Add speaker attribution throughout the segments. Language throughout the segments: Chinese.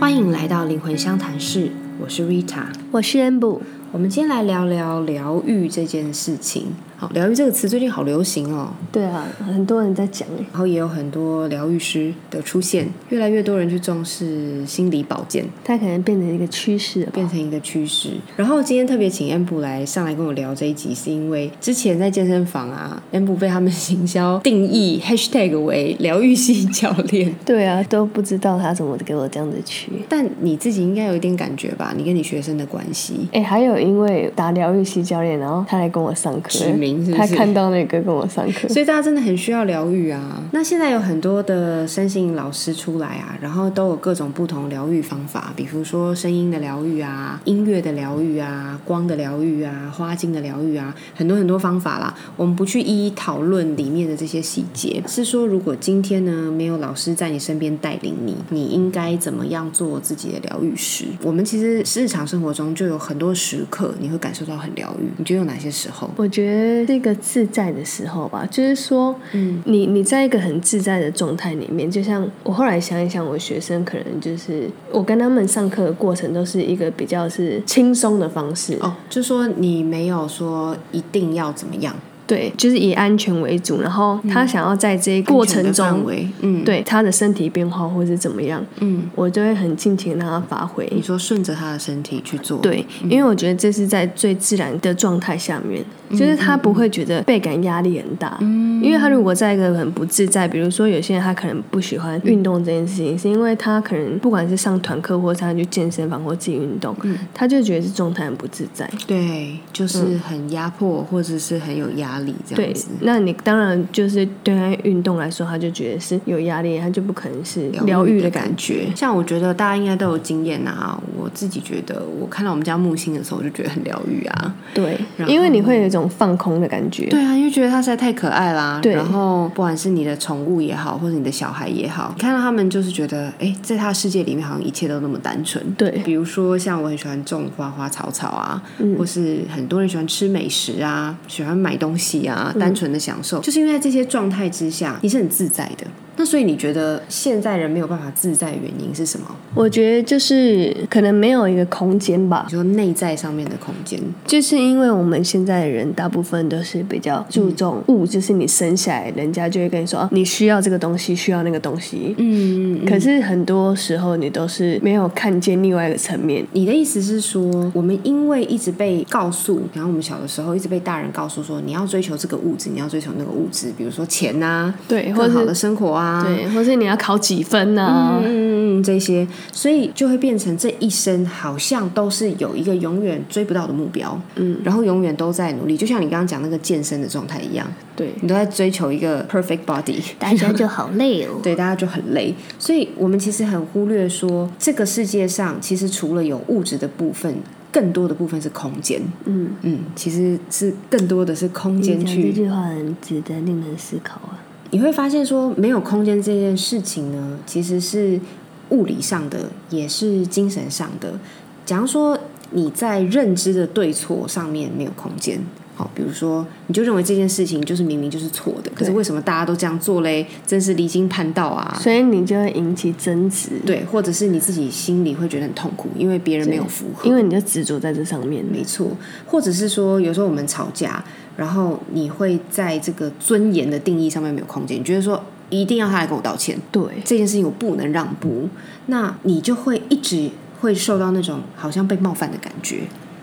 Speaker 1: 欢迎来到灵魂相谈室，我是 Rita。
Speaker 2: 我是 Amber，
Speaker 1: 我们今天来聊聊疗愈这件事情。好，疗愈这个词最近好流行哦，
Speaker 2: 对啊，很多人在讲哎，
Speaker 1: 然后也有很多疗愈师的出现，越来越多人去重视心理保健，
Speaker 2: 它可能变成一个趋势了吧。
Speaker 1: 变成一个趋势。然后今天特别请 Amber 来上来跟我聊这一集，是因为之前在健身房啊，Amber 被他们行销定义 Hashtag 为疗愈系教练。
Speaker 2: 对啊，都不知道他怎么给我这样子去。
Speaker 1: 但你自己应该有一点感觉吧？你跟你学生的关系，
Speaker 2: 哎、还有因为打疗愈系教练，然后他来跟我上课，
Speaker 1: 指名是不是
Speaker 2: 他看到那个跟我上 课，
Speaker 1: 所以大家真的很需要疗愈啊。那现在有很多的身心灵老师出来啊，然后都有各种不同疗愈方法，比如说声音的疗愈啊、音乐的疗愈啊、光的疗愈啊、花精的疗愈啊，很多很多方法啦。我们不去一一讨论里面的这些细节，是说如果今天呢没有老师在你身边带领你，你应该怎么样做自己的疗愈师？我们其实日常生活中就有很多时刻你会感受到很疗愈，你觉得有哪些时候？
Speaker 2: 我觉得是一个自在的时候吧，就是说，嗯，你你在一个很自在的状态里面，就像我后来想一想，我学生可能就是我跟他们上课的过程都是一个比较是轻松的方式，
Speaker 1: 哦，就说你没有说一定要怎么样，
Speaker 2: 对，就是以安全为主，然后他想要在这嗯个过程
Speaker 1: 安全的范
Speaker 2: 中，
Speaker 1: 围，嗯，，
Speaker 2: 对他的身体变化或是怎么样，
Speaker 1: 嗯，
Speaker 2: 我就会很尽情地让他发挥。
Speaker 1: 你说顺着他的身体去做，，
Speaker 2: 对，因为我觉得这是在最自然的状态下面，就是他不会觉得倍感压力很大。嗯，因为他如果在一个很不自在，比如说有些人他可能不喜欢运动这件事情，是因为他可能不管是上团课或是他去健身房或自己运动，他就觉得这状态很不自在。
Speaker 1: 对，就是很压迫或者是很有压力这样
Speaker 2: 对
Speaker 1: 子，，
Speaker 2: 那你当然就是对他运动来说，他就觉得是有压力，他就不可能是疗愈的感觉。
Speaker 1: 像我觉得大家应该都有经验啊，我自己觉得我看到我们家木星的时候，我就觉得很疗愈啊，
Speaker 2: 对
Speaker 1: 然，后
Speaker 2: 因为你会有一种放空的感觉。
Speaker 1: 对啊，因为觉得它实在太可爱啦。
Speaker 2: 对
Speaker 1: 然后不管是你的宠物也好，或者你的小孩也好，看到他们就是觉得，哎，在他的世界里面好像一切都那么单纯。
Speaker 2: 对
Speaker 1: 比如说像我很喜欢种花花草草啊，或是很多人喜欢吃美食啊，喜欢买东西啊，单纯的享受，就是因为在这些状态之下，你是很自在的。那所以你觉得现在人没有办法自在的原因是什么？
Speaker 2: 我觉得就是可能没有一个空间吧
Speaker 1: 你，说内在上面的空间，
Speaker 2: 就是因为我们现在的人大部分都是比较注重物，就是你生下来，人家就会跟你说、啊、你需要这个东西，需要那个东西。
Speaker 1: 嗯，
Speaker 2: 可是很多时候你都是没有看见另外一个层面，
Speaker 1: 你的意思是说，我们因为一直被告诉，然后我们小的时候一直被大人告诉说，你要追求这个物质，你要追求那个物质，比如说钱呐、
Speaker 2: 对，或
Speaker 1: 更好的
Speaker 2: 者
Speaker 1: 生活啊，
Speaker 2: 对，或是你要考几分啊呐、
Speaker 1: 嗯，嗯嗯这些，所以就会变成这一生好像都是有一个永远追不到的目标，嗯，然后永远都在努力，就像你刚刚讲那个健身的状态一样，
Speaker 2: 对，
Speaker 1: 你都在追求一个 perfect body，
Speaker 2: 大家就好累哦。
Speaker 1: 对，大家就很累，所以我们其实很忽略说，这个世界上其实除了有物质的部分，更多的部分是空间。
Speaker 2: 嗯
Speaker 1: 嗯，其实是更多的是空间去
Speaker 2: 话很值得令人思考啊。
Speaker 1: 你会发现说，没有空间这件事情呢，其实是物理上的，也是精神上的。假如说你在认知的对错上面没有空间，好，比如说你就认为这件事情就是明明就是错的，可是为什么大家都这样做嘞？真是离经叛道啊！
Speaker 2: 所以你就会引起争执，
Speaker 1: 对，或者是你自己心里会觉得很痛苦，因为别人没有符合，
Speaker 2: 因为你就执着在这上面。
Speaker 1: 没错，或者是说，有时候我们吵架，然后你会在这个尊严的定义上面没有空间，你觉得说一定要他来跟我道歉，
Speaker 2: 对，
Speaker 1: 这件事情我不能让步，那你就会一直会受到那种好像被冒犯的感觉。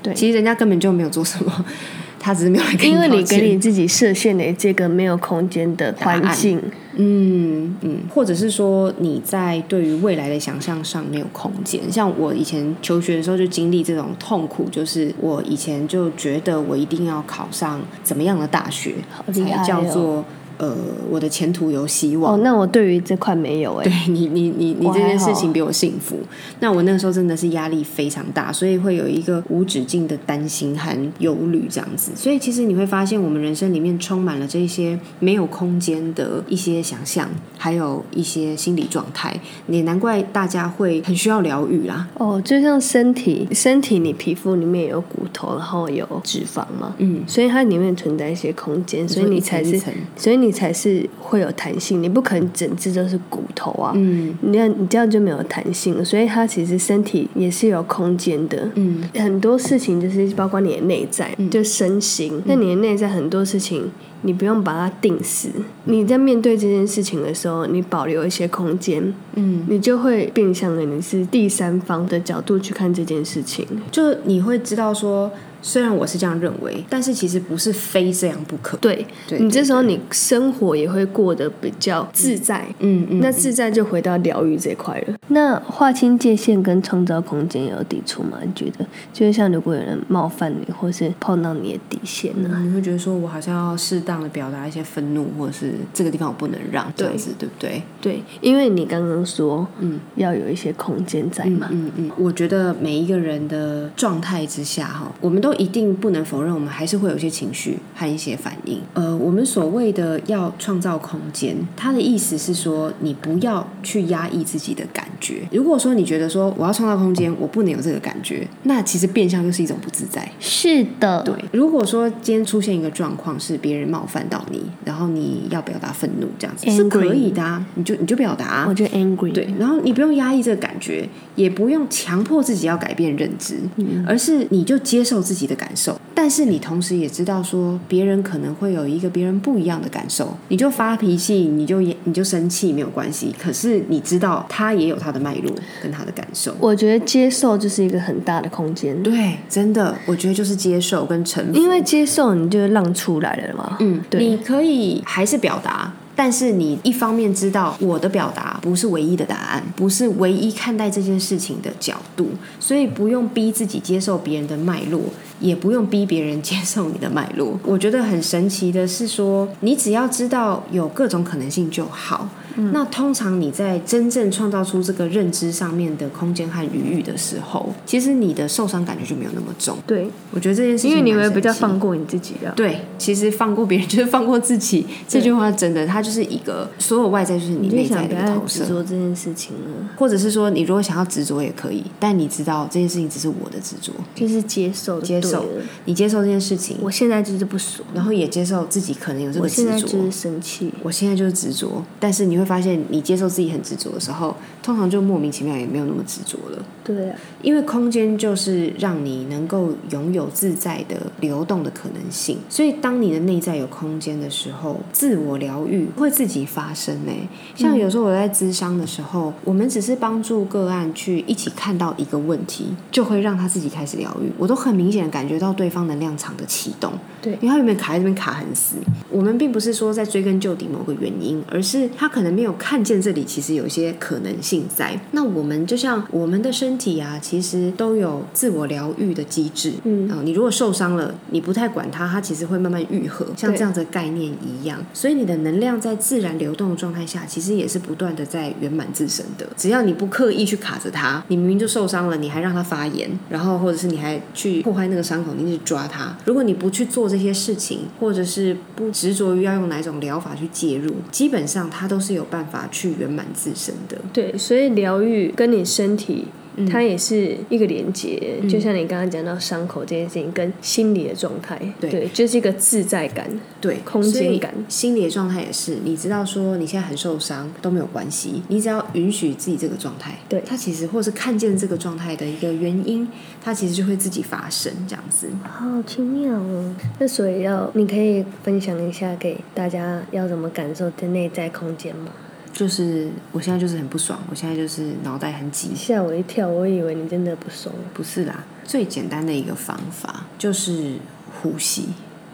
Speaker 2: 对
Speaker 1: 其实人家根本就没有做什么， 他只是没有来跟
Speaker 2: 因为
Speaker 1: 道
Speaker 2: 你
Speaker 1: 歉
Speaker 2: 给你自己设限的这个没有空间的环境，
Speaker 1: 嗯嗯，或者是说你在对于未来的想象上没有空间。像我以前求学的时候就经历这种痛苦，就是我以前就觉得我一定要考上怎么样的大学，
Speaker 2: 厉害
Speaker 1: 才
Speaker 2: 哦
Speaker 1: 叫做呃我的前途有希望。
Speaker 2: 哦，那我对于这块没有哎、
Speaker 1: 对 你，你你你
Speaker 2: 我
Speaker 1: 这件
Speaker 2: 还好
Speaker 1: 事情比我幸福。那我那个时候真的是压力非常大，所以会有一个无止境的担心和忧虑这样子。所以其实你会发现，我们人生里面充满了这些没有空间的一些想象，还有一些心理状态。也难怪大家会很需要疗愈啦。
Speaker 2: 哦，就像身体，身体你皮肤里面有骨头，然后有脂肪嘛，
Speaker 1: 嗯，
Speaker 2: 所以它里面存在一些空间，所以
Speaker 1: 说一
Speaker 2: 你
Speaker 1: 层
Speaker 2: 才
Speaker 1: 一
Speaker 2: 是
Speaker 1: 层，
Speaker 2: 所以你你才是会有弹性，你不可能整只都是骨头啊，
Speaker 1: 嗯
Speaker 2: 你看你这样就没有弹性了，所以它其实身体也是有空间的。
Speaker 1: 嗯
Speaker 2: 很多事情就是包括你的内在，就身
Speaker 1: 嗯
Speaker 2: 心。那你的内在很多事情，你不用把它定死。你在面对这件事情的时候，你保留一些空间，
Speaker 1: 嗯，
Speaker 2: 你就会变相的你是第三方的角度去看这件事情。
Speaker 1: 就你会知道说，虽然我是这样认为，但是其实不是非这样不可。
Speaker 2: 对
Speaker 1: 对
Speaker 2: 你这时候你生活也会过得比较自在。
Speaker 1: 嗯嗯，
Speaker 2: 那自在就回到疗愈这块了。那划清界限跟创造空间有抵触吗？你觉得，就是像如果有人冒犯你，或是碰到你的底线啊呢、
Speaker 1: 嗯你会觉得说我好像要适当的表达一些愤怒，或者是这个地方我不能让这样子，对不对？
Speaker 2: 对，因为你刚刚说，
Speaker 1: 嗯，
Speaker 2: 要有一些空间在
Speaker 1: 嗯
Speaker 2: 嘛。
Speaker 1: 嗯嗯，我觉得每一个人的状态之下，哈，我们都一定不能否认，我们还是会有一些情绪和一些反应。呃，我们所谓的要创造空间，它的意思是说，你不要去压抑自己的感觉。如果说你觉得说我要创造空间，我不能有这个感觉，那其实变相就是一种不自在。
Speaker 2: 是的，
Speaker 1: 对，如果说今天出现一个状况是别人冒犯到你，然后你要表达愤怒，这样子是
Speaker 2: Angry
Speaker 1: 可以的、啊，你就你就表达、
Speaker 2: 我就 angry。
Speaker 1: 对，，然后你不用压抑这个感觉，也不用强迫自己要改变认知，
Speaker 2: 嗯
Speaker 1: 而是你就接受自己的感受。但是你同时也知道说，别人可能会有一个别人不一样的感受，你就发脾气，你就也你就生气没有关系。可是你知道他也有他的脉络跟他的感受。
Speaker 2: 我觉得接受就是一个很大的空间，
Speaker 1: 对，真的，我觉得就是接受跟臣服。
Speaker 2: 因为接受你就让出来了嘛。
Speaker 1: 嗯，你
Speaker 2: 对，
Speaker 1: 可以还是表达，但是你一方面知道我的表达不是唯一的答案，不是唯一看待这件事情的角度，所以不用逼自己接受别人的脉络，也不用逼别人接受你的脉络。 我觉得很神奇的是说，你只要知道有各种可能性就好。那通常你在真正创造出这个认知上面的空间和余裕的时候，其实你的受伤感觉就没有那么重。
Speaker 2: 对，
Speaker 1: 我觉得这件事情
Speaker 2: 因为你
Speaker 1: 蛮
Speaker 2: 会
Speaker 1: 神
Speaker 2: 比较
Speaker 1: 奇
Speaker 2: 放过你自己啊了。
Speaker 1: 对，其实放过别人 就是放过自己，这句话真的，它就是一个所有外在就是你
Speaker 2: 你就
Speaker 1: 内
Speaker 2: 想
Speaker 1: 在的
Speaker 2: 不
Speaker 1: 一
Speaker 2: 要
Speaker 1: 个投
Speaker 2: 执
Speaker 1: 射，
Speaker 2: 着这件事情啊了，
Speaker 1: 或者是说你如果想要执着也可以，但你知道这件事情只是我的执着，
Speaker 2: 就是接受，
Speaker 1: 接受。你接受这件事情，
Speaker 2: 我现在就是不爽，
Speaker 1: 然后也接受自己可能有这
Speaker 2: 我
Speaker 1: 个执
Speaker 2: 现在就是
Speaker 1: 着。
Speaker 2: 生气。
Speaker 1: 我现在就是执着，但是你会发现，你接受自己很执着的时候，通常就莫名其妙也没有那么执着了。
Speaker 2: 对啊，
Speaker 1: 因为空间就是让你能够拥有自在的流动的可能性，所以当你的内在有空间的时候，自我疗愈会自己发生诶、像有时候我在咨商的时候，我们只是帮助个案去一起看到一个问题，就会让他自己开始疗愈。我都很明显的感觉到对方能量场的启动，
Speaker 2: 对
Speaker 1: 因为他原本卡在这边卡很死。我们并不是说在追根究底某个原因，而是他可能没有看见这里其实有一些可能性在。那我们就像我们的身体啊，其实都有自我疗愈的机制。
Speaker 2: 嗯
Speaker 1: 啊、你如果受伤了，你不太管它，它其实会慢慢愈合，像
Speaker 2: 对
Speaker 1: 这样子的概念一样。所以你的能量在自然流动的状态下，其实也是不断的在圆满自身的。只要你不刻意去卡着它，你明明就受伤了，你还让它发炎，然后或者是你还去破坏那个伤口，你一直抓它。如果你不去做这些事情，或者是不执着于要用哪一种疗法去介入，基本上它都是有办法去圆满自身的。
Speaker 2: 对，所以疗愈跟你身体。它也是一个连接，就像你刚刚讲到伤口这件事情，跟心理的状态，
Speaker 1: 对
Speaker 2: 就是一个自在感。
Speaker 1: 对，
Speaker 2: 空间
Speaker 1: 所以
Speaker 2: 感
Speaker 1: 心理的状态也是，你知道说你现在很受伤都没有关系，你只要允许自己这个状态，
Speaker 2: 对
Speaker 1: 它其实或是看见这个状态的一个原因，它其实就会自己发生这样子。
Speaker 2: 好奇妙哦！那所以要，你可以分享一下给大家要怎么感受的内在空间吗？
Speaker 1: 就是我现在就是很不爽，我现在就是脑袋很急，
Speaker 2: 吓我一跳，我以为你真的不熟。
Speaker 1: 不是啦，最简单的一个方法就是呼吸。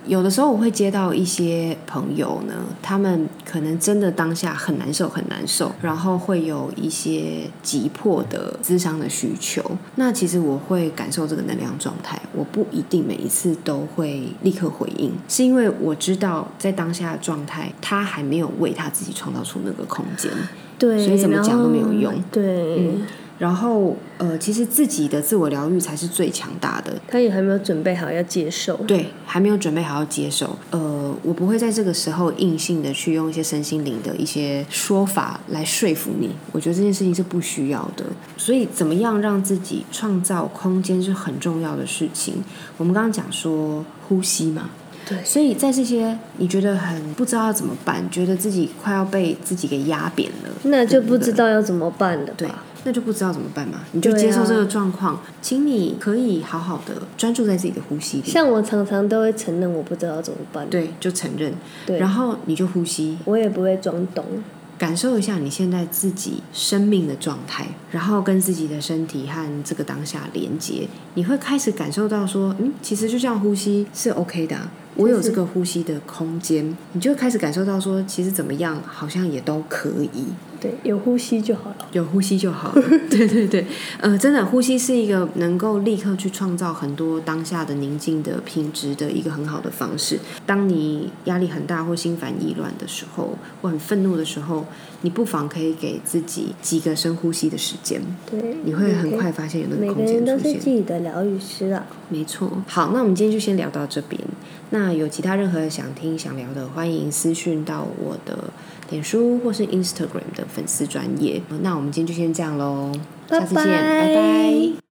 Speaker 1: 有的时候我会接到一些朋友呢，他们可能真的当下很难受，很难受，然后会有一些急迫的智商的需求。那其实我会感受这个能量状态，我不一定每一次都会立刻回应，是因为我知道在当下的状态，他还没有为他自己创造出那个空间。
Speaker 2: 对，
Speaker 1: 所以怎么讲都没有用
Speaker 2: 然后对，
Speaker 1: 然后，呃，其实自己的自我疗愈才是最强大的，
Speaker 2: 他也还没有准备好要接受。
Speaker 1: 对，还没有准备好要接受。呃，我不会在这个时候硬性的去用一些身心灵的一些说法来说服你，我觉得这件事情是不需要的。所以，怎么样让自己创造空间是很重要的事情。我们刚刚讲说呼吸嘛，
Speaker 2: 对
Speaker 1: 所以在这些你觉得很不知道要怎么办，觉得自己快要被自己给压扁了，
Speaker 3: 那就
Speaker 1: 对
Speaker 3: 不
Speaker 1: 对
Speaker 3: 知道要怎么办了
Speaker 1: 对
Speaker 3: 吧？，
Speaker 1: 那就不知道怎么办嘛，你就
Speaker 3: 对啊
Speaker 1: 接受这个状况，请你可以好好的专注在自己的呼吸里，
Speaker 3: 像我常常都会承认我不知道怎么办，
Speaker 1: 对，就承认，
Speaker 3: 对
Speaker 1: 然后你就呼吸，
Speaker 3: 我也不会装懂。
Speaker 1: 感受一下你现在自己生命的状态，然后跟自己的身体和这个当下连接，你会开始感受到说，嗯，其实就这样呼吸是 OK 的啊、我有这个呼吸的空间，你就会开始感受到说，其实怎么样好像也都可以，
Speaker 3: 对，有呼吸就好了。
Speaker 1: 有呼吸就好了。 对对对，呃，真的，呼吸是一个能够立刻去创造很多当下的宁静的品质的一个很好的方式。当你压力很大或心烦意乱的时候，或很愤怒的时候，你不妨可以给自己几个深呼吸的时间，
Speaker 3: 对，
Speaker 1: 你会很快发现有那
Speaker 3: 嗯每
Speaker 1: 个
Speaker 3: 个
Speaker 1: 空
Speaker 3: 人
Speaker 1: 间
Speaker 3: 都
Speaker 1: 出
Speaker 3: 是
Speaker 1: 现
Speaker 3: 自。己的疗愈师啊。
Speaker 1: 没错。好，那我们今天就先聊到这边。那有其他任何想听、想聊的，欢迎私讯到我的脸书或是 Instagram 的粉丝专业。那我们今天就先这样喽，下次见，
Speaker 3: 拜拜
Speaker 1: 拜拜